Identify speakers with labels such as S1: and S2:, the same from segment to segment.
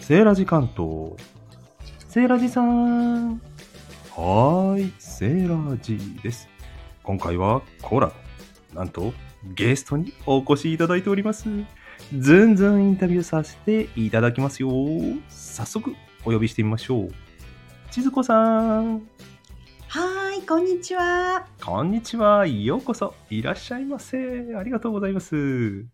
S1: セーラジ関東。セーラジさん。はーい、セーラジです。今回はコラボ。なんと、ゲストにお越しいただいております。ずんずんインタビューさせていただきますよ。早速、お呼びしてみましょう。千鶴子さん。
S2: はーい、こんにちは。
S1: こんにちは。ようこそ。いらっしゃいませ。ありがとうございます。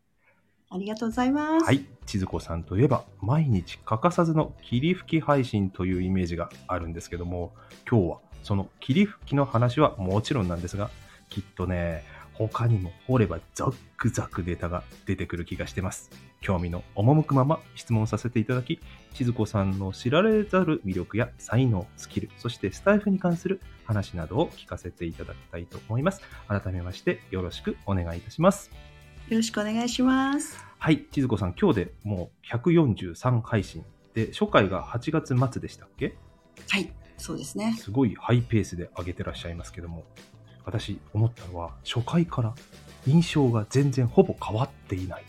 S2: ありがとうございます。
S1: はい、千鶴子さんといえば毎日欠かさずの霧吹き配信というイメージがあるんですけども今日はその霧吹きの話はもちろんなんですがきっとね他にも掘ればザックザクデータが出てくる気がしてます興味の赴くまま質問させていただき千鶴子さんの知られざる魅力や才能スキルそしてスタイフに関する話などを聞かせていただきたいと思います改めましてよろしくお願いいたします
S2: よろしくお願いします。
S1: はい、千鶴子さん、今日でもう143配信で、初回が8月末でしたっけ
S2: はい、そうですね。
S1: すごいハイペースで上げてらっしゃいますけども、私、思ったのは、初回から印象が全然ほぼ変わっていない。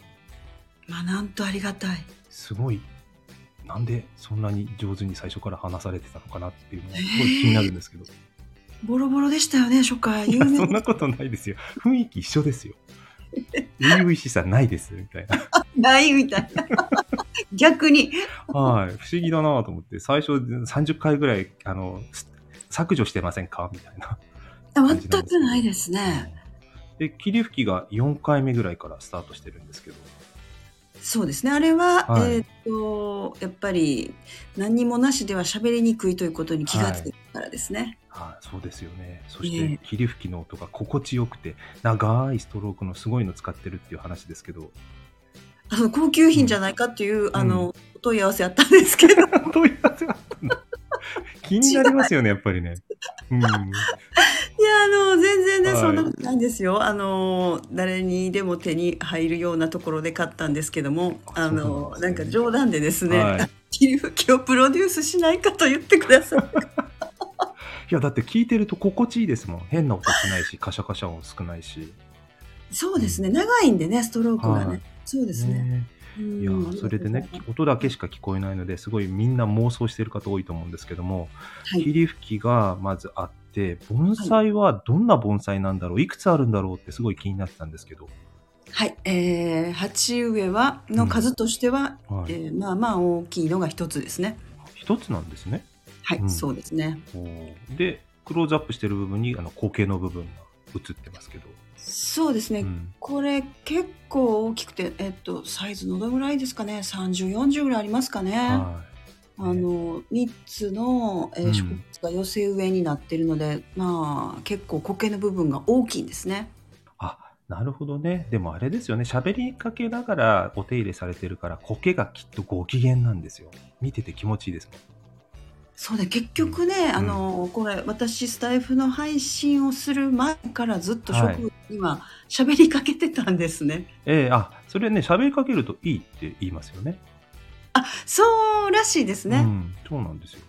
S2: まあ、なんとありがたい。
S1: すごい、なんでそんなに上手に最初から話されてたのかなっていうのが、すごい気になるんですけど、
S2: ボロボロでしたよね、初回。
S1: い
S2: 有
S1: や、
S2: 名
S1: そんなことないですよ。雰囲気一緒ですよ。初々しさないです、みたいな。
S2: ないみたい な。逆に。
S1: はい、不思議だなと思って、最初30回ぐらい、あの、す削除してませんかみたいな。
S2: 全くないですね。
S1: で、霧吹きが4回目ぐらいからスタートしてるんですけど、
S2: そうですね。あれは、
S1: はい
S2: えーっ、と、やっぱり、何にもなしでは喋りにくいということに気がついたからですね。
S1: はい、そうですよね。そ
S2: え
S1: して
S2: え、
S1: 霧吹きの音が心地よくて、長いストロークのすごいの使ってるっていう話ですけど、
S2: あの高級品じゃないかっていう、
S1: ん
S2: あの、お問い合わせあったんですけど、
S1: 問い合わせがあったんだ。 気になりますよね、やっぱりね。うん。
S2: いや、あの、全然ね、
S1: はい
S2: そんなことないんですよ。あの、誰にでも手に入るようなところで買ったんですけども、
S1: あそ
S2: あ
S1: う
S2: の、
S1: なで
S2: なん
S1: すね
S2: んか冗談でです
S1: はい
S2: ね、。霧吹きをプロデュースしないかと言ってく ださい。
S1: いや、だって聞いてると心地いいですもん。変な音しないし、カシャカシャ音少ないし。
S2: そうですね、長いんでね、ストロークが
S1: はい
S2: ね。そうですね。
S1: ね
S2: うん
S1: いやーそれでね、音だけしか聞こえないのですごいみんな妄想してる方多いと思うんですけども、
S2: はい。
S1: 霧吹きがまずあって盆栽はどんな盆栽なんだろう、い、くつあるんだろうってすごい気になってたんですけど、
S2: はい、えー鉢植えは、の数としては、
S1: はい
S2: えーまあまあ大きいのが一つですね。
S1: 一つなんですね
S2: はい、
S1: うん
S2: そうですね。
S1: おーでクローズアップしてる部分にあの後景の部分が映ってますけど、
S2: そうですね、
S1: うん
S2: これ結構大きくて、えっと、サイズのどのぐらいですかね3040ぐらいありますかね、
S1: は
S2: あの3つの、えー
S1: うん
S2: 植物が寄せ植えになってるので、まあ結構苔の部分が大きいんですね
S1: い、あなるほどねでもあれですよね喋りかけながらお手入れされてるから苔がきっとご機嫌なんですよ見てて気持ちいいですもん
S2: そうで結局ね、あのこれ私スタイフの配信をする前からずっと植物には喋りかけてたんですね、
S1: ええあそれね喋りかけるといいって言いますよね
S2: そうらしいです
S1: う
S2: ね、
S1: ん、そうなんですよ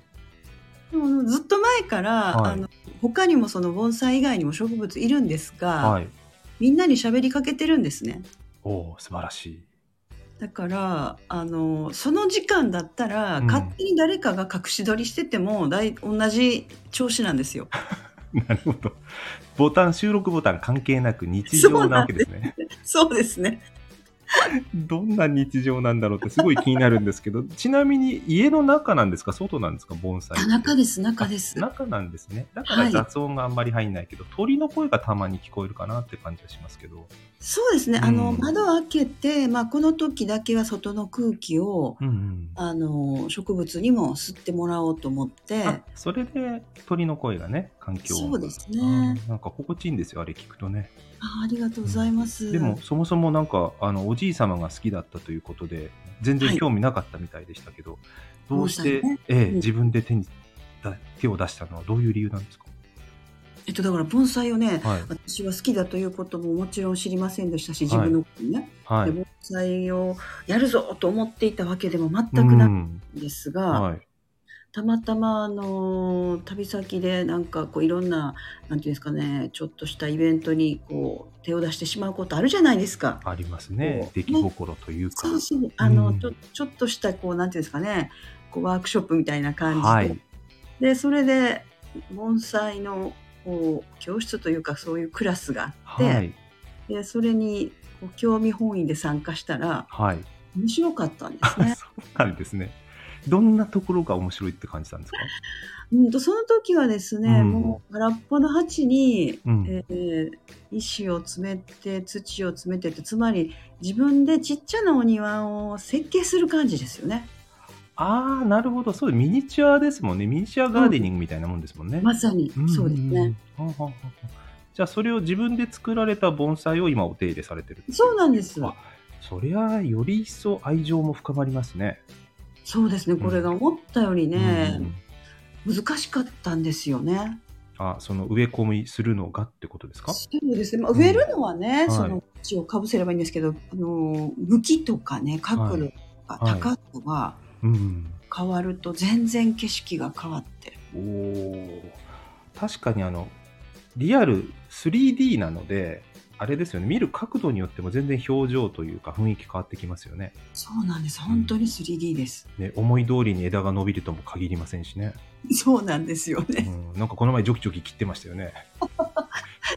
S2: でもずっと前から、
S1: はい
S2: あの他にもその盆栽以外にも植物いるんですが、
S1: はい
S2: みんなに喋りかけてるんですね。
S1: おお素晴らしい
S2: だからあのその時間だったら、
S1: うん
S2: 勝手に誰かが隠し撮りしててもだい同じ調子な んですよ。
S1: なるほど。ボタン、収録ボタン関係なく日常なわけですね。
S2: そうですね。
S1: どんな日常なんだろうってすごい気になるんですけど、ちなみに家の中なんですか、外なんですか、盆栽。
S2: 田中です中です。
S1: 中なんですね。だから
S2: はい
S1: 雑音があんまり入んないけど、鳥の声がたまに聞こえるかなって感じはしますけど。
S2: そうですね。あの、
S1: うん
S2: 窓を開けてまあこの時だけは外の空気を
S1: うんうん。
S2: あの植物にも吸ってもらおうと思って。
S1: あそれで鳥の声がね、環境音
S2: そうですね。
S1: うんなんか心地いいんですよ、あれ聞くとね。
S2: あありがとうございます。
S1: でも、そもそもなんか、あの、おじい様が好きだったということで、全然興味なかったみたいでしたけど、どうして、
S2: 盆栽ね
S1: ええ
S2: うん
S1: 自分で手にだ手を出したのはどういう理由なんですか
S2: えっとだから盆栽をね。
S1: はい。
S2: 私は好きだということももちろん知りませんでしたし自分のことね、
S1: はい。
S2: で盆栽をやるぞと思っていたわけでも全
S1: う
S2: くないん
S1: ん
S2: ですが、
S1: はい。
S2: たまたま、あの、旅先でなんかこういろんな、なんていうんですかね、ちょっとしたイベントにこう手を出してしまうことあるじゃないですか。
S1: ありますね
S2: こ。う
S1: 出来心というか。
S2: そうそう、あの、
S1: うん
S2: ちょちょっとしたこう、なんていうんですかね、こうワークショップみたいな感じで、
S1: はい。
S2: でそれで盆栽のこう教室というかそういうクラスがあって、
S1: はい。
S2: でそれにこう興味本位で参加したら
S1: はい。
S2: 面白かったんで
S1: あ
S2: すね。
S1: そうなんですね。どんなところが面白いって感じたんですか
S2: うんとその時はですね、
S1: うん
S2: もう空っぽの鉢に、
S1: うん
S2: えー石を詰めて土を詰めてってつまり自分でちっちゃなお庭を設計する感じですよね。
S1: ああ、なるほど。そう、ミニチュアですもんね。ミニチュアガーデニングみたいなもんですもんね。
S2: まさに
S1: ん
S2: そうですね。。
S1: はんはんはんはんじゃあ、それを自分で作られた盆栽を今お手入れされてる。
S2: そうなんです。
S1: あそりゃ、より一層愛情も深まりますね。
S2: そうですね。これが思ったより
S1: う
S2: ね
S1: ん、
S2: 難しかったんですよね。
S1: あ、その植え込みするのがってことですか
S2: そうですね、まあ、
S1: うん
S2: 植えるのはね、
S1: い
S2: その土をかぶせればいいんですけど、あの向きとかね角度とか
S1: はい
S2: 高さが
S1: うん。
S2: 変わると全然景色が変わって、
S1: おー確かにあのリアル 3D なのであれですよね見る角度によっても全然表情というか雰囲気変わってきますよね
S2: そうなんです本当に 3D です、
S1: ね思い通りに枝が伸びるとも限りません しね、
S2: そうなんですよ
S1: う
S2: ね
S1: ん、なんかこの前ジョキジョキ切ってましたよね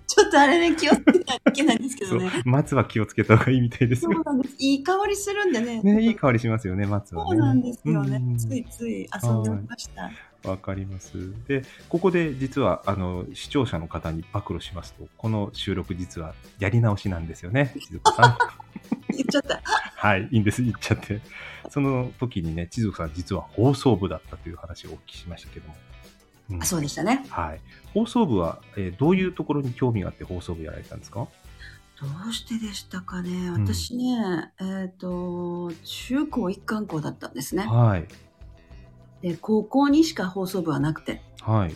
S2: ちょっとあれね気をつけないといけないんですけ
S1: そ
S2: ど
S1: う
S2: ね
S1: 松は気をつけた方がいいみたいです
S2: そ
S1: よ
S2: うなんですいい香りするんでね
S1: ねいい香りしますよね松はね
S2: そうなんですよね、
S1: うん
S2: ついつい遊んでおりました
S1: わかります。で、ここで実はあの視聴者の方に暴露しますと、この収録実はやり直しなんですよね、静子さ ん。
S2: 言っちゃった
S1: はい、いいんです、言っちゃって。その時にね、千鶴さん、実は放送部だったという話をお聞きしましたけども。うん
S2: あそうでしたね
S1: はい、放送部は、えーどういうところに興味があって放送部やられたんですか
S2: どうしてでしたかね
S1: ん
S2: 私ね、えっ、と中高一貫校だったんですね
S1: はい、
S2: で高校にしか放送部はなくて
S1: はい、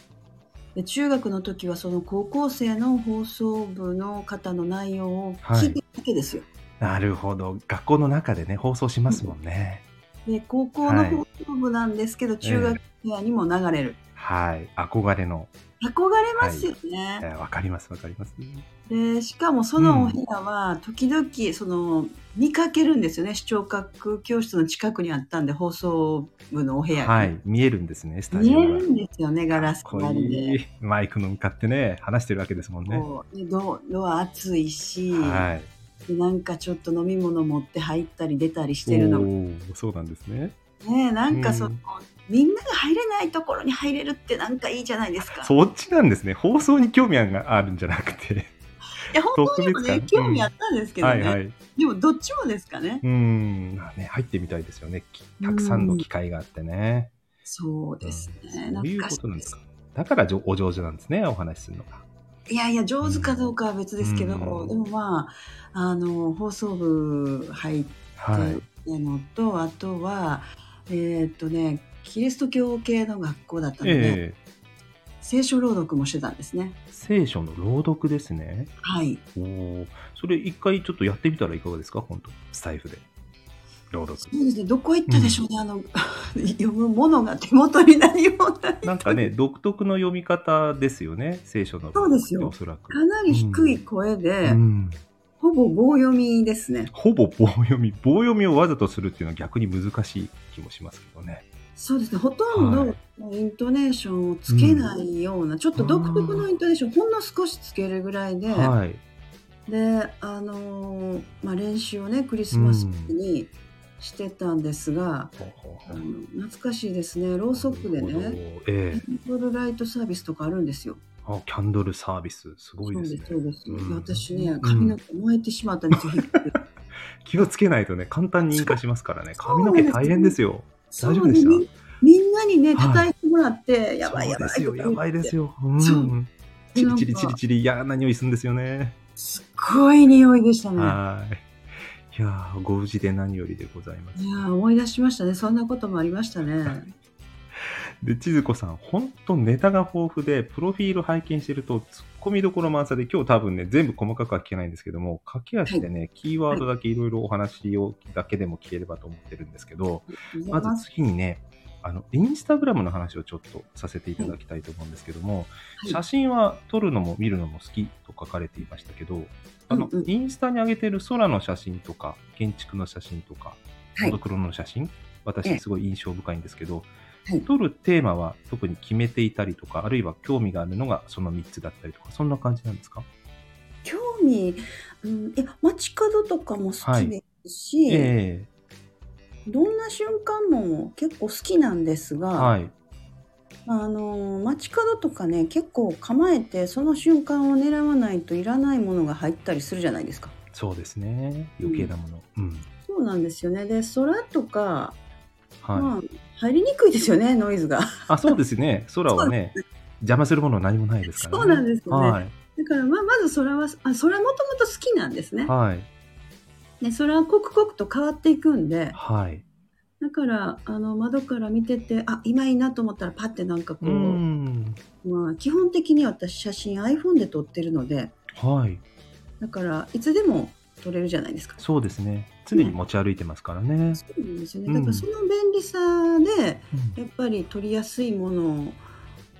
S2: で中学の時はその高校生の放送部の方の内容を聞いてるだけですよ、
S1: なるほど、学校の中でね、放送しますもんね。
S2: で高校の放送部なんですけど、中学生にも流れる、
S1: はい、憧れの、
S2: 憧れますよね、
S1: えーわかります、わかります。
S2: でしかもそのお部屋は時々その見かけるんですよね視聴覚教室の近くにあったんで放送部のお部屋が、
S1: はい、見えるんですね、スタ
S2: 見
S1: ジオ
S2: え
S1: が。
S2: るんですよねガラス
S1: こ
S2: 張り
S1: い
S2: で
S1: いマイクの向かってね、話してるわけですもんね。
S2: こうでドドア暑いし、
S1: はい。
S2: でなんかちょっと飲み物持って入ったり出たりしてるの
S1: お
S2: が
S1: ーそうなんですね。
S2: ねなんかその、
S1: うん
S2: みんなが入れないところに入れるってなんかいいじゃないですか。
S1: そっちなんですね。放送に興味があるんじゃなくて。
S2: いや本当にも
S1: 特別
S2: ね
S1: 感
S2: 興味あったんですけどね、
S1: はいはい。う
S2: でもどっちもですかね。
S1: ーん。まあね、入ってみたいですよね。きたくさんの機会があってね。
S2: そうですね。
S1: そういうことなん
S2: 懐
S1: で
S2: しい
S1: すか。だからじょお上手なんですね、お話しするのが。
S2: いやいや上手かどうかは別ですけど、
S1: うん
S2: でもまああの放送部入って
S1: はい。
S2: るのと、あとはえーっとねキリスト教系の学校だったので、
S1: ええ
S2: 聖書朗読もしてたんですね。
S1: 聖書の朗読ですね。
S2: はい。
S1: おお。それ一回ちょっとやってみたらいかがですか、今度。スタイフで。朗読。
S2: そうですね、どこ行ったでしょうね、あの読むものが手元に何もない。
S1: なんか ね、独特の読み方ですよね、聖書の朗読。
S2: そうですよ
S1: おそらく。
S2: かなり低い声で、
S1: うん
S2: ほぼ棒読みですね。
S1: ほぼ棒読み棒読みをわざとするっていうのは逆に難しい気もしますけどね
S2: そうですね、ほとん
S1: はい
S2: どイントネーションをつけないような、ちょっと独特のイントネーション、ほんの少しつけるぐらいで、
S1: はい
S2: で、あのーまあ、練習をね、クリスマスにしてたんですが、あの懐かしいですね、ろうそくで
S1: なる
S2: ね、
S1: ほどええ
S2: キャンドルライトサービスとかあるんですよ。
S1: あキャンドルサービスすごいですね
S2: そうです、そうです。
S1: うん
S2: 私ね、髪の毛燃えてしまった んですよ、
S1: 気をつけないとね簡単に引火しますからね髪の毛大変ですよ大丈夫でし
S2: そう
S1: た
S2: みみんなにね、
S1: はい
S2: 叩いてもらって、やばい
S1: そ
S2: や
S1: うで
S2: ばい
S1: すよ
S2: とか
S1: や
S2: 言って
S1: ばいですようん
S2: そう
S1: チリチリ
S2: なんか
S1: チリチリ嫌な匂いするんですよね
S2: すっごい匂いでしたね。
S1: はいいやーご無事で何よりでございます
S2: いやー思い出しましたね。そんなこともありましたね。
S1: で、千鶴子さん、本当ネタが豊富で、プロフィール拝見してると、ツッコミどころ満載で、今日多分ね、全部細かくは聞けないんですけども、駆け足でね、キーワードだけいろいろお話をだけでも聞ければと思ってるんですけど、まず次にね、あのインスタグラムの話をちょっとさせていただきたいと思うんですけども、
S2: はい
S1: 写真は撮るのも見るのも好きと書かれていましたけど、あの
S2: うんうん
S1: インスタに上げてる空の写真とか建築の写真とか
S2: は
S1: モ
S2: い
S1: ノクロの写真、
S2: え
S1: 私
S2: え
S1: すごい印象深いんですけど、
S2: はい
S1: 撮るテーマは特に決めていたりとかあるいは興味があるのがその3つだったりとかそんな感じなんですか、
S2: 興味、うん、いや街角とかも好きですし、
S1: え
S2: どんな瞬間も結構好きなんですが、
S1: えはい
S2: あの街角とかね結構構えてその瞬間を狙わないといらないものが入ったりするじゃないですか。
S1: そうですね余計なもの、うん
S2: そうなんですよねで空とか、
S1: はい、
S2: まあ、入りにくいですよねノ イズが。
S1: あ、そうですね。空はね、邪魔するものは何もないですからね。
S2: そうなんですよね
S1: はい。
S2: だからまあまず空はあ空もともと好きなんですね。
S1: はい。
S2: ね空は刻々と変わっていくんで
S1: はい。
S2: だからあの窓から見ててあ今いいなと思ったらパッてなんかこ
S1: う
S2: う、
S1: ーん。
S2: まあ、基本的に私写真 iPhone で撮ってるので
S1: はい。
S2: だからいつでも撮れるじゃないですか。
S1: そうですね。常に持ち歩いてますからね。
S2: そうなんですよ
S1: う
S2: ね。
S1: ん
S2: だからその便利さで
S1: うん
S2: やっぱり取りやすいもの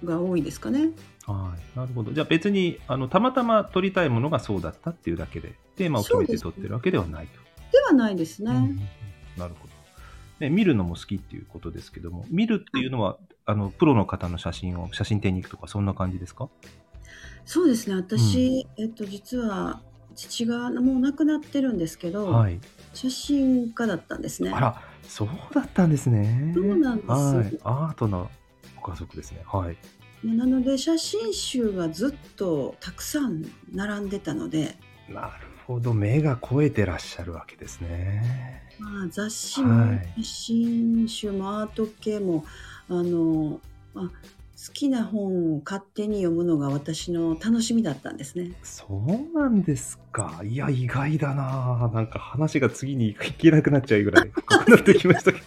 S2: が多いですかね。
S1: はい。なるほど。じゃあ別に、あの、たまたま撮りたいものがそうだったっていうだけで、テーマを決めて撮ってるわけではないと。
S2: ではないですね。
S1: うんうんうんなるほど。ね、見るのも好きっていうことですけども、見るっていうのは、あの、プロの方の写真を、写真展に行くとか、そんな感じですか
S2: そうですね。私、えっと実は父がもう亡くなってるんですけど、
S1: はい。
S2: 写真家だったんですね。
S1: あら、そうだったんですね。
S2: そうなんですよ
S1: はい、アートなご家族ですね。はい。
S2: なので写真集がずっとたくさん並んでたので、
S1: なるほど、目が肥えてらっしゃるわけですね。
S2: まあ、雑誌も、
S1: はい
S2: 写真集もアート系もあの、まあ、好きな本を勝手に読むのが私の楽しみだったんですね。
S1: そうなんですか。いや、意外だな。なんか話が次に行けなくなっちゃうぐらい深くなってきましたけど。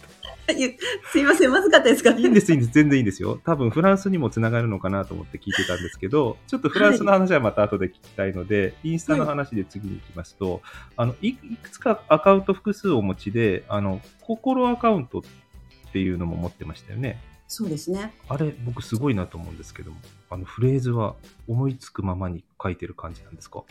S2: いやすいませんまずかったですか
S1: いいんです、いいんです。全然いいんですよ。多分フランスにもつながるのかなと思って聞いてたんですけど、ちょっとフランスの話はまた後で聞きたいので、インスタの話で次に行きますと、あのいいくつかアカウント複数お持ちで、あの、心アカウントっていうのも持ってましたよね。
S2: そうですね
S1: あれ、僕すごいなと思うんですけども、あのフレーズは思いつくままに書いてる感じなんですか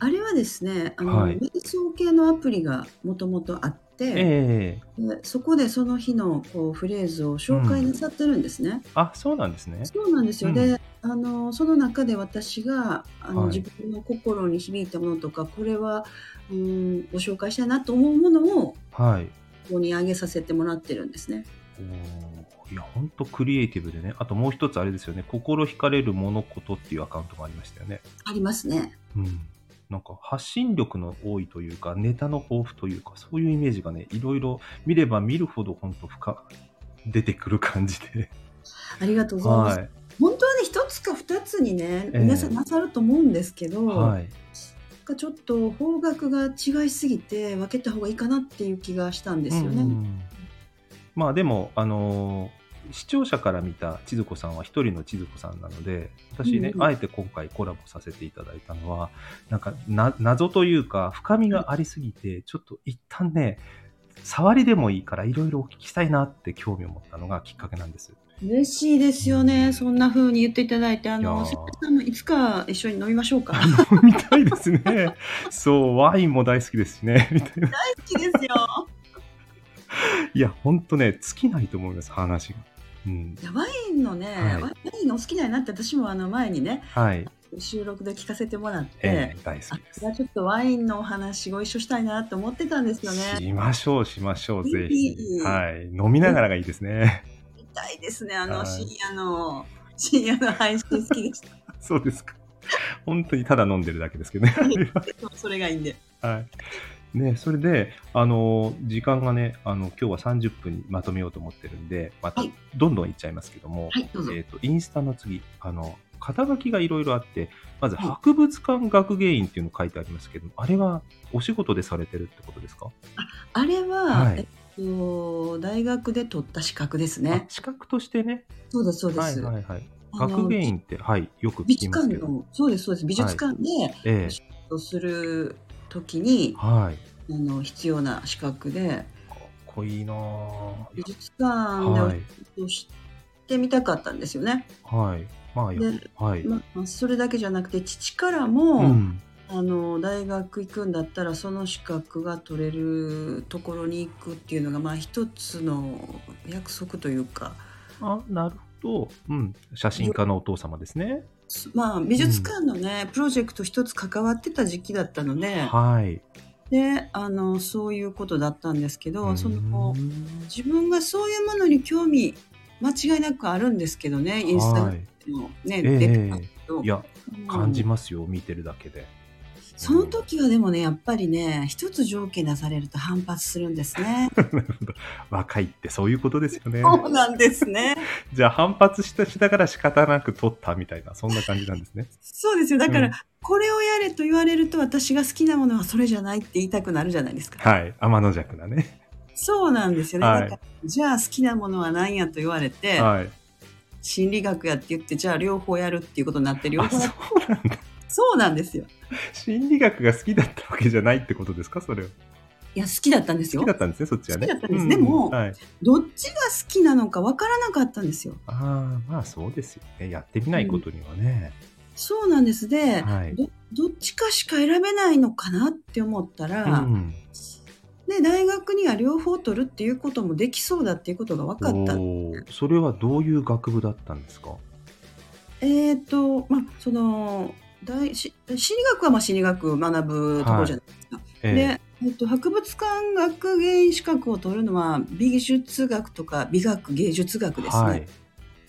S2: あれはですねあの、
S1: はい
S2: 瞑想系のアプリがもともとあって、
S1: ええ
S2: でそこでその日のこうフレーズを紹介なさってるんですね。
S1: あ、そうなんですね。
S2: そうなんですよ、
S1: うん
S2: であのその中で私があの、
S1: はい
S2: 自分の心に響いたものとかこれはうんご紹介したいなと思うものを
S1: はい。
S2: ここに上げさせてもらってるんですね。
S1: おーいや、ほんとクリエイティブでね。あともう一つあれですよね。心惹かれる物事っていうアカウントもありましたよね。
S2: ありますね。
S1: うん、なんか発信力の多いというかネタの豊富というかそういうイメージがねいろいろ見れば見るほど本当深出てくる感じ で、
S2: ありがとうございます。
S1: は
S2: 本当はね一つか二つにね
S1: ええ
S2: 皆さんなさると思うんですけど、
S1: い、はい、
S2: なんかちょっと方角が違いすぎて分けた方がいいかなっていう気がしたんですよね。
S1: うんまあでもあのー視聴者から見た千鶴子さんは一人の千鶴子さんなので私ね、
S2: うんうん
S1: あえて今回コラボさせていただいたのはなんかな謎というか深みがありすぎてちょっと一旦ね触りでもいいからいろいろお聞きしたいなって興味を持ったのがきっかけなんです。
S2: 嬉しいですよね。そんな風に言っていただいて、あ
S1: いや
S2: の、
S1: ー
S2: 瀬戸さんもいつか一緒に飲みましょう か。
S1: 飲みたいですね。そう、ワインも大好きですしね。みたいな。
S2: 好きですよ。
S1: いや、ほんとね、尽きないと思います、話が。うん。
S2: いやワインのね、
S1: はい
S2: ワワインがお好きだよなって私もあの前にね
S1: はい。
S2: 収録で聞かせてもらって、
S1: ええ大好
S2: あ
S1: きで
S2: じゃあちょっとワインのお話ご一緒したいなと思ってたんですよ
S1: す。
S2: ね。
S1: しましょう、しましょう、ぜ
S2: いいい
S1: ひ。
S2: い
S1: はい。飲みながらがいいですね。
S2: 見たいですねあの、
S1: はい
S2: 深夜の深夜の配信好きでした。
S1: そうですか。本当にただ飲んでるだけですけどね。
S2: それがいいんで。
S1: はい。ね、それで、あの、時間がね、あの、今日は30分にまとめようと思ってるんで、また
S2: はい、
S1: どんどんいっちゃいますけども、
S2: はいどうぞ。
S1: えー、とインスタの次あの肩書きがいろいろあってまず
S2: はい
S1: 博物館学芸員っていうの書いてありますけども、あれはお仕事でされてるってことですか、
S2: あれは、
S1: はい
S2: えっと大学で取った資格です
S1: あ
S2: ね。
S1: 資格としてね
S2: そうですそうで
S1: はい
S2: す。
S1: はいはい
S2: あの
S1: 学芸員ってはいよく
S2: 美
S1: 聞き
S2: 術
S1: ます
S2: 館
S1: けど
S2: のそうですそうです美術館で、
S1: ええ
S2: とする時に
S1: はい
S2: あの必要な資格で
S1: かっこいいなぁ
S2: 美術館でお
S1: は
S2: 仕
S1: い。
S2: 事をしてみたかったんですよね。
S1: はい。まあ、や
S2: で
S1: はい。
S2: ままあ、それだけじゃなくて父からも、
S1: うん。
S2: あの大学行くんだったらその資格が取れるところに行くっていうのがまあ一つの約束というか
S1: あ、なるほど。うん。写真家のお父様ですね。
S2: すまあ美術館のね、プロジェクト一つ関わってた時期だったので
S1: はい。
S2: であのそういうことだったんですけど、
S1: うん
S2: その自分がそういうものに興味間違いなくあるんですけどねインスタ
S1: は
S2: グラムのね、
S1: ええ
S2: 出てたけど
S1: い。いや、
S2: うん
S1: 感じますよ。見てるだけで。
S2: その時はでもねやっぱりね一つ条件出されると反発するんですね。
S1: なるほど若いってそういうことですよね。
S2: そうなんですね。
S1: じゃあ反発したしながら仕方なく取ったみたいな、そんな感じなんですね。
S2: そうですよ。 だから、
S1: うん
S2: これをやれと言われると、私が好きなものはそれじゃないって言いたくなるじゃないですか。
S1: はい。天の弱なね。
S2: そうなんですよね。
S1: はい
S2: だからじゃあ、好きなものは何やと言われて、
S1: はい。
S2: 心理学やって言って、じゃあ、両方やるっていうことになって、両
S1: あ、
S2: 方
S1: そ
S2: や
S1: う
S2: る
S1: なんだ。
S2: そうなんですよ。
S1: 心理学が好きだったわけじゃないってことですかそれは。
S2: いや、好きだったんです
S1: 好き
S2: よ
S1: だ。ったんですね、そっちはね。
S2: 好きだったんです
S1: う
S2: でも
S1: はい、
S2: どっちが好きなのかわからなかったんですよ。
S1: ああ、まあそうですよね。やってみないことにはね。
S2: そうなんです。で、
S1: はい。
S2: どどっちかしか選べないのかなって思ったら、
S1: うん、
S2: ね、大学には両方取るっていうこともできそうだっていうことが分かった
S1: おーそれはどういう学部だったんですか
S2: えーとまあその大し心理学はまあ心理学を学ぶところじゃないですか。
S1: ええ
S2: で、えっと、博物館学芸員資格を取るのは美術学とか美学芸術学ですね、
S1: はい。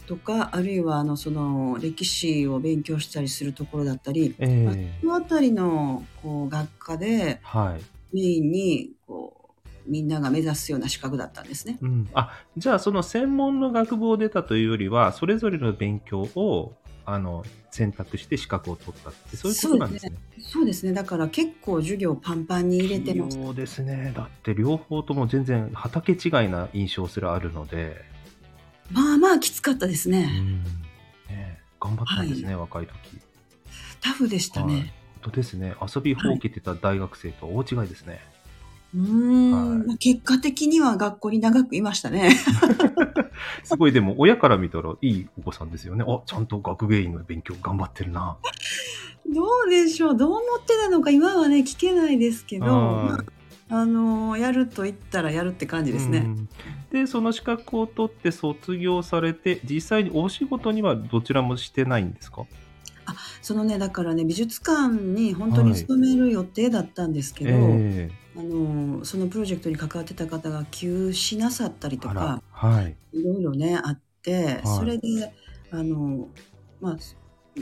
S2: とかあるいはあのその歴史を勉強したりするところだったり
S1: え
S2: この辺りのこう学科で
S1: えはい。
S2: メインにこうみんなが目指すような資格だったんですね。
S1: うん、あじゃあその専門の学部を出たというよりはそれぞれの勉強をあの選択して資格を取ったってそういうことなんですね。
S2: そうですねだから結構授業パンパンに入れてます。
S1: そうですねだって両方とも全然畑違いな印象すらあるので、
S2: まあまあきつかったですね。
S1: ね、頑張ったんですね、若い時
S2: タフでした
S1: はい
S2: ね。
S1: 本当ですね遊びほうけてた大学生とは大違いですね。
S2: うーん、
S1: はい
S2: まあ結果的には学校に長くいましたね。
S1: すごいでも親から見たらいいお子さんですよね。あちゃんと学芸員の勉強頑張ってるな。
S2: どうでしょう、どう思ってたのか今はね聞けないですけど、ま
S1: はい
S2: ああのーやると言ったらやるって感じです
S1: う
S2: ね。
S1: んでその資格を取って卒業されて実際にお仕事にはどちらもしてないんですか
S2: そのねだからね美術館に本当
S1: は
S2: に
S1: い
S2: 勤める予定だったんですけど、
S1: え
S2: あのーそのプロジェクトに関わってた方が急死なさったり
S1: え
S2: と
S1: あら
S2: か
S1: はい
S2: いろいろねあって、
S1: はい
S2: それであのーまあ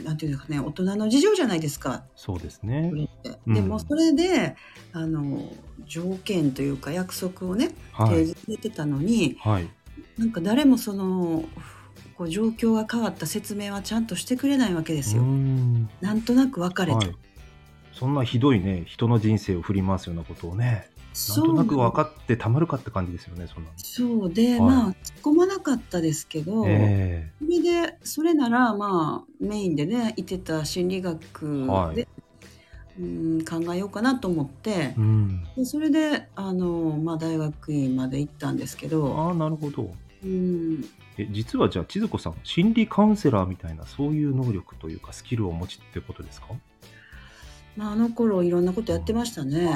S2: なんていうかね大人の事情じゃないですか
S1: そうですね
S2: それって
S1: うん
S2: でもそれであの条件というか約束をね
S1: は
S2: 提
S1: い
S2: 示されてたのに、
S1: はい
S2: なんか誰もそのこう状況が変わった説明はちゃんとしてくれないわけですよ。
S1: ん
S2: なんとなく別れて、
S1: はいそんなひどいね人の人生を振り回すようなことをねなん
S2: そ
S1: と
S2: う
S1: なく分かってたまるかって感じですよねそんなの
S2: そうで、
S1: はい
S2: まあ突っ込まなかったですけど、
S1: え
S2: それでそれならまあメインでねいてた心理学で、
S1: はい
S2: うん考えようかなと思って
S1: え、うん
S2: でそれであの、まあ、大学院まで行ったんですけど、
S1: ああなるほど
S2: うん、
S1: え実はじゃあ千鶴子さん心理カウンセラーみたいなそういう能力というかスキルをお持ちってことですか
S2: まあ、あの頃いろんなことやってましたね。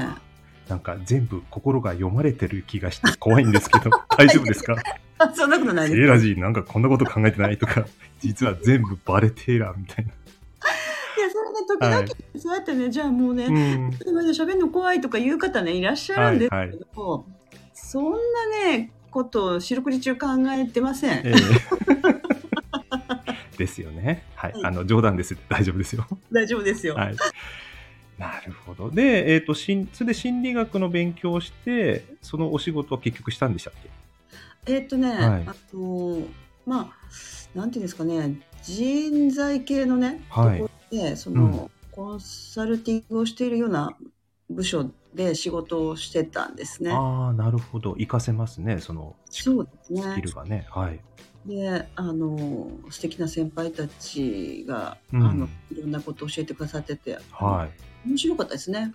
S1: なんか全部心が読まれてる気がして怖いんですけ ど、大丈夫ですか
S2: あそんなことない
S1: エ
S2: です。
S1: ラジーなんかこんなこと考えてないとか、実は全部バレてーらみたいな。
S2: いや、それね、時々、
S1: はい
S2: そうやってね、じゃあもうね、
S1: うん。
S2: 今じゃ喋るの怖いとか言う方ね、いらっしゃるんですけど、そんなね、ことを四六時中考えてません。
S1: ええ ですよね。はい
S2: は。い
S1: あの、冗談です。大丈夫ですよ。
S2: 大丈夫ですよ。
S1: はい。なるほど。で、えっ、と、心それで心理学の勉強をして、そのお仕事は結局したんでしたっけ
S2: えーっとね、
S1: はい
S2: あの、まあ、なんていうんですかね、人材系のね、
S1: はい
S2: ところで、その、コンサルティングをしているような部署で仕事をしてたんですね。
S1: ああ、なるほど。活かせますね、そのス
S2: そうですね。
S1: キルがね。はい。
S2: であの素敵な先輩たちが、
S1: うん
S2: あのいろんなことを教えてくださってて、
S1: はい。
S2: 面白かったですね。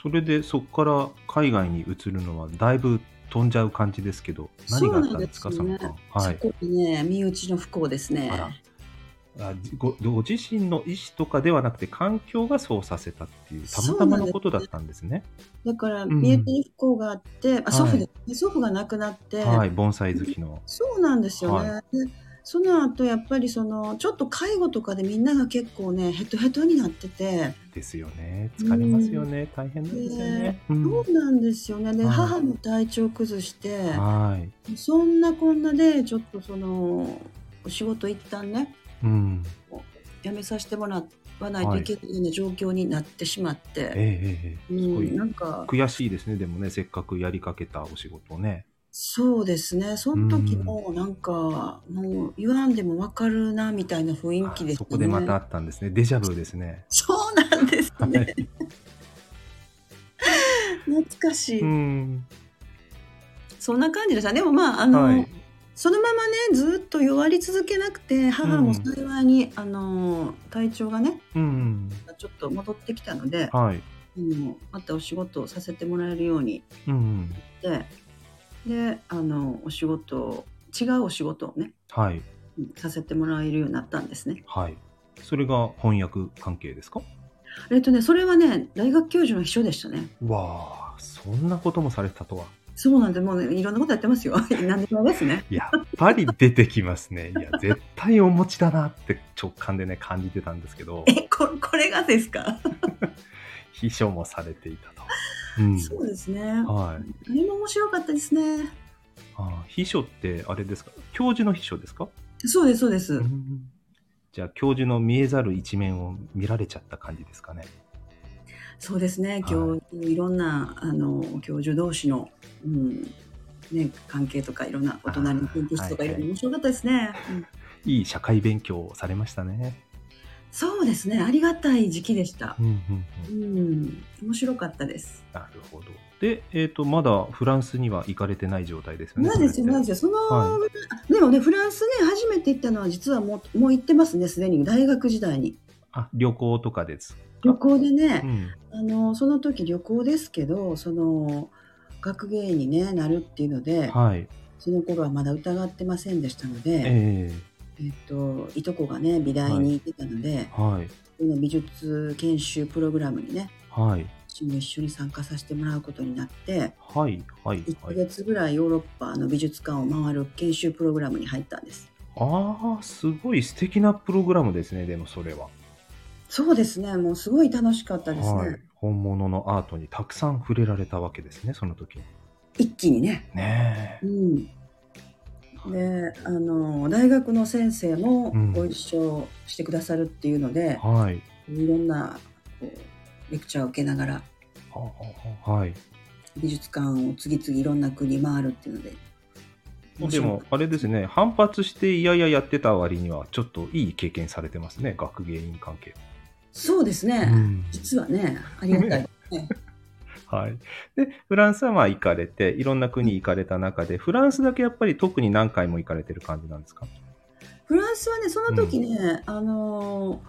S1: それでそこから海外に移るのはだいぶ飛んじゃう感じですけど、何があったんですか、
S2: そうなんで
S1: そ
S2: す
S1: の
S2: よね
S1: 間は
S2: そ
S1: い。
S2: こでね、身内の不幸ですね。
S1: あらあじごご自身の意思とかではなくて、環境がそうさせたっていう、たまたまのことだったんですね。
S2: だから、
S1: うん
S2: 身内に不幸があって、あ、祖
S1: は
S2: 父
S1: い
S2: ですね祖父が亡くなって、
S1: はい、盆栽好きの。
S2: そうなんですよね。
S1: は
S2: でその後やっぱりそのちょっと介護とかでみんなが結構ねヘトヘトになってて、
S1: ですよね。疲れますよね。大変なんですよね。うん
S2: そうなんですよねで、
S1: はい
S2: 母も体調崩して
S1: はい。
S2: そんなこんなでちょっとそのお仕事一旦ね
S1: うん。
S2: 辞めさせてもらわないといけないような状況になってしまっ
S1: え
S2: て、
S1: えええええすご
S2: うん、
S1: い
S2: なんか
S1: 悔しいですね。でもね、せっかくやりかけたお仕事をね。
S2: そうですねその時もなんか、もう言わんでもわかるなみたいな雰囲気で
S1: あ
S2: す
S1: そ
S2: ね
S1: こでまたあったんですね。デジャブですね。
S2: そうなんですね、
S1: はい
S2: 懐かしい、
S1: うん。
S2: そんな感じでしたでもまああの、
S1: はい。
S2: そのままねずっと弱り続けなくて母も幸いに、あの体調がね
S1: うん。
S2: ちょっと戻ってきたので、
S1: はい。
S2: うん、またお仕事をさせてもらえるように
S1: うん。
S2: でであのお仕事を違うお仕事をね
S1: はい。
S2: うんさせてもらえるようになったんですね。
S1: はい。それが翻訳関係ですか
S2: えっとねそれはね大学教授の秘書でしたね。
S1: わあ、そんなこともされてたとは。
S2: そうなんでもうね、いろんなことやってますよ。 何でもですね。
S1: やっぱり出てきますね。いや、絶対お持ちだなって直感でね、感じてたんですけど、
S2: えここれがですか、
S1: 秘書もされていたと。うん。
S2: そうですね。
S1: はい。
S2: あれも面白かったですね。
S1: あー秘書ってあれですか教授の秘書ですか、
S2: そうですそうです。
S1: うんじゃあ、教授の見えざる一面を見られちゃった感じですかね。
S2: そうですね、教い、ろんなあの教授同士の、うんね、関係とかいろんなお隣の研究室とか
S1: あー
S2: い
S1: はいはい
S2: ろいろ面白かったですね、うん
S1: いい社会勉強をされましたね。
S2: そうですねありがたい時期でした
S1: う、んうんうん
S2: うん、面白かったです
S1: なるほど。で、えっ、と、まだフランスには行かれてない状態ですよね。
S2: なんですよ
S1: それ
S2: な
S1: っ
S2: ん
S1: て
S2: ですよその、
S1: は
S2: でもねフランスね初めて行ったのは実はもうもう行ってますねすでに大学時代に
S1: あ、旅行とかです。
S2: 旅行でね、
S1: うん。
S2: あのその時旅行ですけどその学芸員に、ね、なるっていうので、
S1: はい。
S2: その頃はまだ疑ってませんでしたので、
S1: え
S2: えっと、いとこがね美大に行ってたので、
S1: えはい。
S2: この美術研修プログラムにね
S1: はい。
S2: 私も一緒に参加させてもらうことになって
S1: はい。はい。
S2: 1
S1: は
S2: ヶ
S1: い、
S2: 月ぐらいヨーロッパの美術館を回る研修プログラムに入ったんです。
S1: ああ、すごい素敵なプログラムですね、でもそれは。
S2: そうですねもうすごい楽しかったですね、
S1: はい。本物のアートにたくさん触れられたわけですね、その時に。
S2: 一気にね。
S1: ね
S2: うん、であの大学の先生も
S1: うん
S2: ご一緒してくださるっていうので
S1: え。、はい。
S2: いろんなこうレクチャーを受けながら
S1: はあはあはい。
S2: 美術館を次々いろんな国回るっていうので面
S1: で
S2: 白い
S1: も、あれですね、反発していやいややってた割には、ちょっといい経験されてますね、学芸員関係。
S2: そうですね、
S1: うん
S2: 実はねありがたい、
S1: はい、でフランスはまあ行かれていろんな国行かれた中でフランスだけやっぱり特に何回も行かれてる感じなんです か
S2: フランスはねその時ね、あの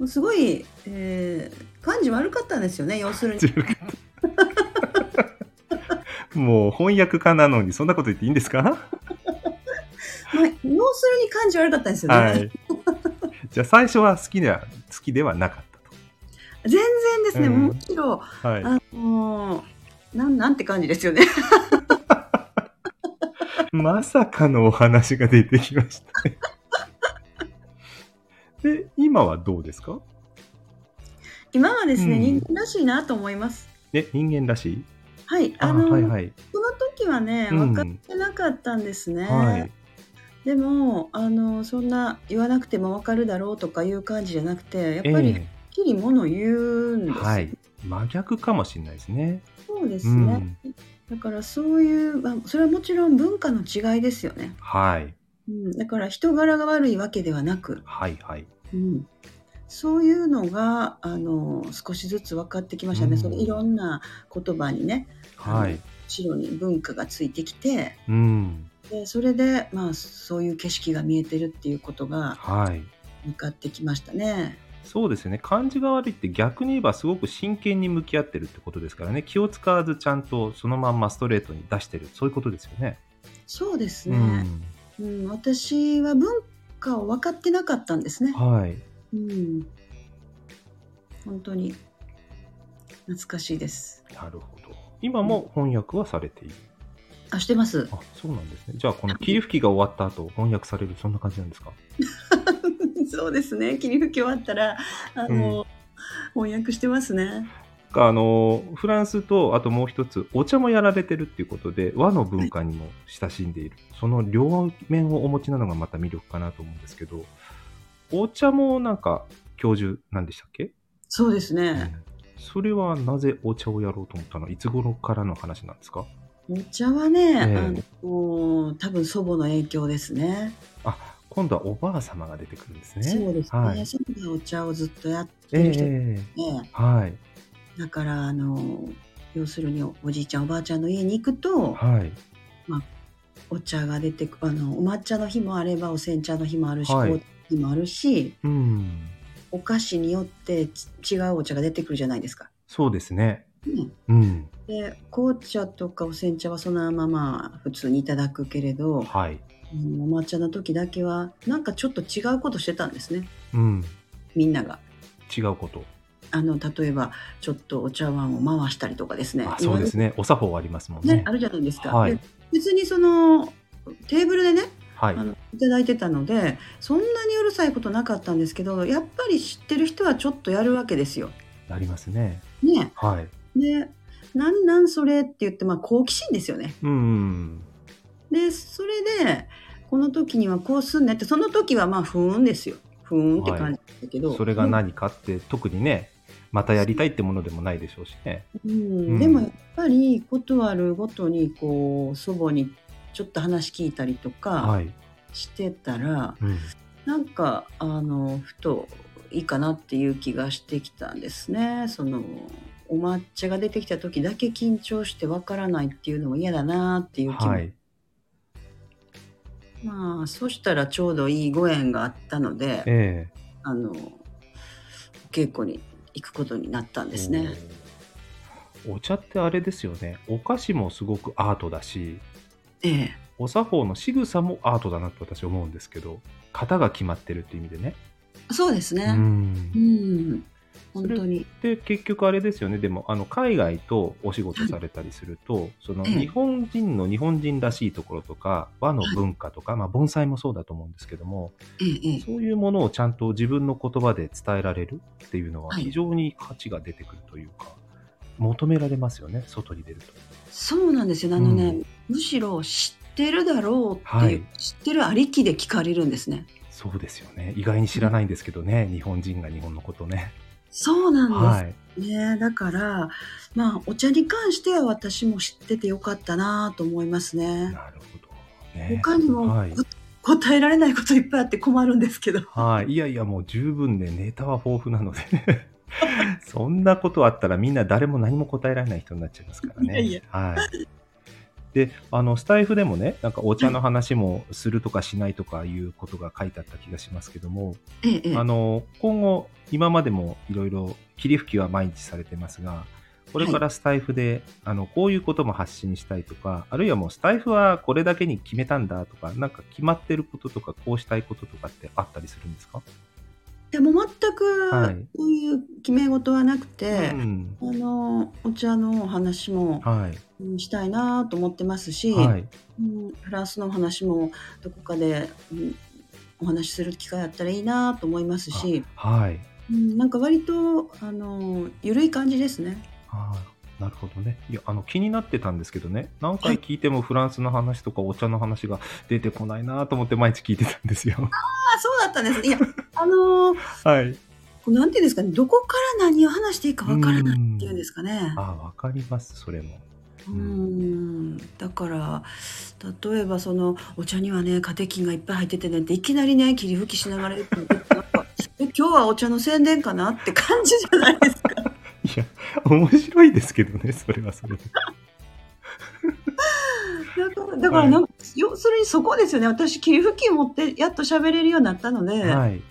S2: ーすごい、えー、感じ悪かったんですよね要 するに
S1: もう翻訳家なのにそんなこと言っていいんですか
S2: まあ要するに感じ悪かったんですよね、
S1: はいじゃあ最初は好きでは好きではなかっ
S2: 全然ですね、
S1: うん
S2: むしろ
S1: たと、はい、
S2: あのーなんなんて感じですよね
S1: まさかのお話が出てきましたね で今はどうですか
S2: 今はですね、
S1: うん
S2: 人間らしいなと思います
S1: え人間らしい
S2: はい
S1: あ
S2: あのー
S1: はいはい
S2: その時はね
S1: うん
S2: 分かってなかったんですね、
S1: はい
S2: でもあのそんな言わなくても分かるだろうとかいう感じじゃなくてやっぱりはっ
S1: え
S2: きりものを言うん
S1: え
S2: です、
S1: はい真逆かもしれないですね
S2: そうですね、だからそういう、まあ、それはもちろん文化の違いですよね、
S1: はい
S2: うん、だから人柄が悪いわけではなく、
S1: はいはい
S2: うん、そういうのがあの少しずつ分かってきましたね、
S1: うん
S2: そのいろんな言葉にね
S1: はい
S2: 白に文化がついてきて
S1: うん
S2: でそれで、まあ、そういう景色が見えてるっていうことが
S1: はい
S2: 向かってきましたね。
S1: そうですよね感じが悪いって逆に言えばすごく真剣に向き合ってるってことですからね気を使わずちゃんとそのまんまストレートに出してるそういうことですよね。
S2: そうですね、うん私は文化を分かってなかったんですね。
S1: うん、はい
S2: うん、本当に懐かしいです。
S1: なるほど今も翻訳はされている、
S2: あしてます。
S1: あそうなんですねじゃあこの霧吹きが終わった後翻訳されるそんな感じなんですか
S2: そうですね。霧吹き終わったらあの、翻訳してますね。
S1: あのフランスとあともう一つお茶もやられてるっていうことで和の文化にも親しんでいる、その両面をお持ちなのがまた魅力かなと思うんですけどお茶もなんか教授なんでしたっけ、
S2: そうですね。
S1: それはなぜお茶をやろうと思ったのいつ頃からの話なんですか
S2: お茶はね、
S1: え
S2: あの多分祖母の影響ですね。
S1: あ今度はおばあ様が出てくるんですね
S2: そうですね。
S1: はい
S2: 祖母がお茶をずっとやってる人で、
S1: ええはい
S2: だからあの要するにおじいちゃんおばあちゃんの家に行くと
S1: はい
S2: お茶が出てくあのお抹茶の日もあればお煎茶の日もあるし、
S1: はい
S2: 紅茶の日もあるし
S1: うん
S2: お菓子によってち違うお茶が出てくるじゃないですか。
S1: そうですね
S2: ね
S1: うん
S2: で紅茶とかお煎茶はそのまま普通にいただくけれど、
S1: はい
S2: うんお抹茶の時だけはなんかちょっと違うことしてたんですね
S1: うん
S2: みんなが。
S1: 違うこと
S2: あの例えばちょっとお茶碗を回したりとかですね
S1: あそうですねお作法ありますもん
S2: ね
S1: ね
S2: あるじゃないですか。
S1: はい
S2: で別にそのテーブルでね
S1: はい
S2: あのいただいてたのでそんなにうるさいことなかったんですけどやっぱり知ってる人はちょっとやるわけですよ。
S1: ありますね
S2: ね
S1: はい
S2: でなんなんそれって言って、まあ、好奇心ですよね。
S1: うん
S2: でそれでこの時にはこうすんねってその時はまあ不運ですよ不運って感じだけど、
S1: それが何かって特にねまたやりたいってものでもないでしょうしね
S2: うん
S1: うん
S2: でもやっぱりことあるごとにこう祖母にちょっと話聞いたりとか
S1: はい、
S2: してたら、
S1: うん、
S2: なんかあのふといいかなっていう気がしてきたんですね。そのお抹茶が出てきた時だけ緊張してわからないっていうのも嫌だなっていう気も、
S1: はい
S2: まあそしたらちょうどいいご縁があったので
S1: ええ
S2: あのお稽古に行くことになったんですね。
S1: お茶ってあれですよねお菓子もすごくアートだし
S2: ええ、
S1: お作法の仕草もアートだなって私思うんですけど型が決まってるって意味でね
S2: そうです
S1: うん
S2: ね。うん、本当に
S1: で結局あれですよねでもあの海外とお仕事されたりするとその
S2: ええ
S1: 日本人の日本人らしいところとか和の文化とか、まあ、盆栽もそうだと思うんですけども
S2: ええええ
S1: そういうものをちゃんと自分の言葉で伝えられるっていうのは
S2: はい
S1: 非常に価値が出てくるというか、求められますよね外に出ると。
S2: そうなんですよ。あのね、
S1: うん
S2: むしろ知ってるだろうっていう、
S1: はい
S2: 知ってるありきで聞かれるんですね。
S1: そうですよね意外に知らないんですけどね日本人が日本のことね。
S2: そうなんです。
S1: はい、
S2: ねだからまあお茶に関しては私も知っててよかったなと思いますね。
S1: なるほど、ね
S2: 他にも
S1: はい
S2: こ答えられないこといっぱいあって困るんですけど。
S1: はい、いやいや、もう十分ね、ネタは豊富なので、 そんなことあったら、みんな誰も何も答えられない人になっちゃいますからね。
S2: いやいや
S1: はいであのスタイフでもね、なんかお茶の話もするとかしないとかいうことが書いてあった気がしますけども、
S2: ええええ
S1: あの今後、今までもいろいろ霧吹きは毎日されてますが、これからスタイフで、あのこういうことも発信したいとか、あるいはもうスタイフはこれだけに決めたんだとか、なんか決まってることとか、こうしたいこととかってあったりするんですか
S2: でも全く
S1: はい
S2: そういう決め事はなくて、
S1: うん、
S2: あのお茶のお話も
S1: はい、
S2: うんしたいなと思ってますし、
S1: はい、
S2: うんフランスのお話もどこかで、うんお話しする機会あったらいいなと思いますし、
S1: はい、
S2: うんなんか割とあの緩い感じですね。
S1: はい、なるほどね。いや、あの気になってたんですけどね、何回聞いてもフランスの話とかお茶の話が出てこないなと思って毎日聞いてたんですよ。
S2: あそうだったんですね。いや、あのー
S1: はい。
S2: なんていうんですかね、どこから何を話していいかわからないっていうんです
S1: か。
S2: かね。
S1: あ、わかります。それも。
S2: う
S1: うん
S2: ん、だから、例えばそのお茶にはね、カテキンがいっぱい入っててねって、いきなりね、霧吹きしながら言っても なんかえ今日はお茶の宣伝かなって感じじゃないですか。
S1: いや、面白いですけどね、それはそれで。
S2: だから、だからなんか、要するにそこですよね。私、霧吹き持ってやっと喋れるようになったので、
S1: はい。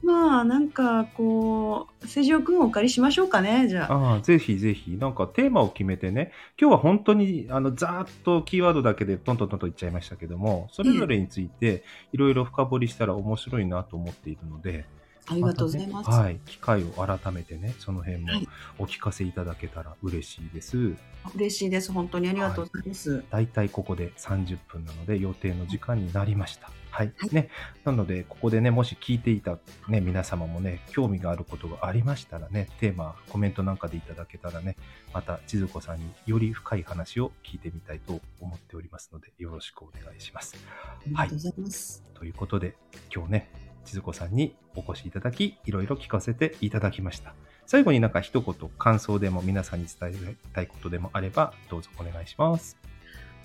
S2: ままあなんかこう清浄くんをお借りしましょうかねじゃあ。
S1: ああ、ぜひぜひ、なんかテーマを決めてね、今日は本当に、あの、ざーっとキーワードだけでトントントンといっちゃいましたけども、それぞれについて、いろいろ深掘りしたら面白いなと思っているので、
S2: ありがとうございます。
S1: たねはい、機会を改めてね、その辺も
S2: はい
S1: お聞かせいただけたら嬉しいです。
S2: 嬉しいです本当にありがとうございます。
S1: だいたいここで30分なので予定の時間になりました。はい。
S2: はい
S1: ね。なので、ここでね、もし聞いていたね、皆様もね、興味があることがありましたらね、テーマ、コメントなんかでいただけたらね、また、千鶴子さんにより深い話を聞いてみたいと思っておりますので、よろしくお願いします。
S2: ありがとうございます。
S1: ということで、今日ね、千鶴子さんにお越しいただき、いろいろ聞かせていただきました。最後になんか一言、感想でも皆さんに伝えたいことでもあれば、どうぞお願いします。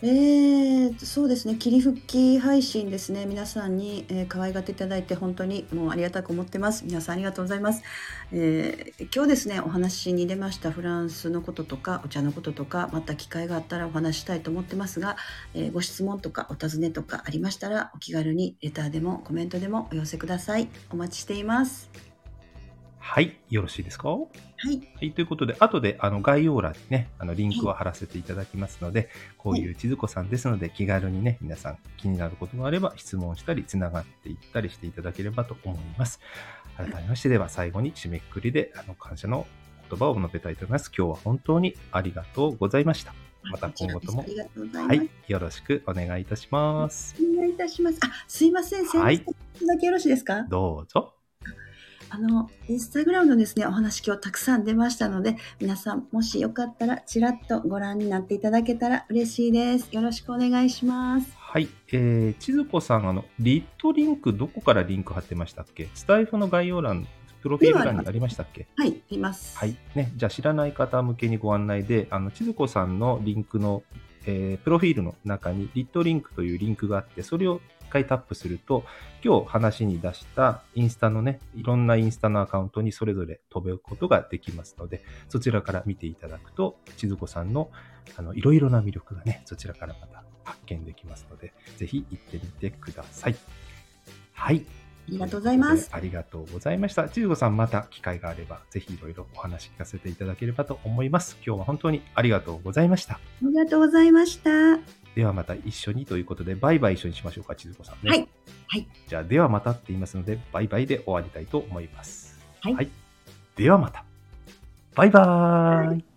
S2: えーそうですね霧吹き配信ですね皆さんに、えー、可愛がっていただいて本当にもうありがたく思ってます皆さんありがとうございます、えー今日ですねお話に出ましたフランスのこととかお茶のこととかまた機会があったらお話したいと思ってますが、えーご質問とかお尋ねとかありましたらお気軽にレターでもコメントでもお寄せくださいお待ちしています
S1: はい、よろしいですかは
S2: はい
S1: い、ということで、後であの概要欄にね、あのリンクを貼らせていただきますので、こういう千鶴子さんですので、気軽にね、皆さん気になることがあれば、質問したり、つながっていったりしていただければと思います。改めまして、では最後に締めくくりで、あの感謝の言葉を述べたいと思います。今日は本当にありがとうございました。また今後とも
S2: こちらこそありがとうございます、
S1: はい、よろしくお願いいたします。
S2: お願いいたします。あ、すいません。先生、
S1: はい
S2: い、だけよろしいですか。
S1: どうぞ。
S2: あの、インスタグラムのですね、お話今日たくさん出ましたので、皆さん、もしよかったら、ちらっとご覧になっていただけたら嬉しいです。よろしくお願いします。
S1: はい、えー、千鶴子さん、あの、リットリンク、どこからリンク貼ってましたっけスタイフの概要欄、プロフィール欄にありましたっけ
S2: はい、います。
S1: はい、ね、じゃあ知らない方向けにご案内で、あの、千鶴子さんのリンクの、えープロフィールの中に、リットリンクというリンクがあって、それを一回タップすると、今日話に出したインスタのね、いろんなインスタのアカウントにそれぞれ飛ぶことができますので、そちらから見ていただくと、千鶴子さんのあのいろいろな魅力がね、そちらからまた発見できますので、ぜひ行ってみてください。はい。
S2: ありがとうございます。
S1: ありがとうございました。千鶴子さん、また機会があれば、ぜひいろいろお話聞かせていただければと思います。今日は本当にありがとうございました。
S2: ありがとうございました。
S1: ではまた一緒にということで、バイバイ一緒にしましょうか、千鶴子さんね。
S2: はいはい。
S1: じゃあ、ではまたって言いますので、バイバイで終わりたいと思います。
S2: はい
S1: ではまた。バイバーイ。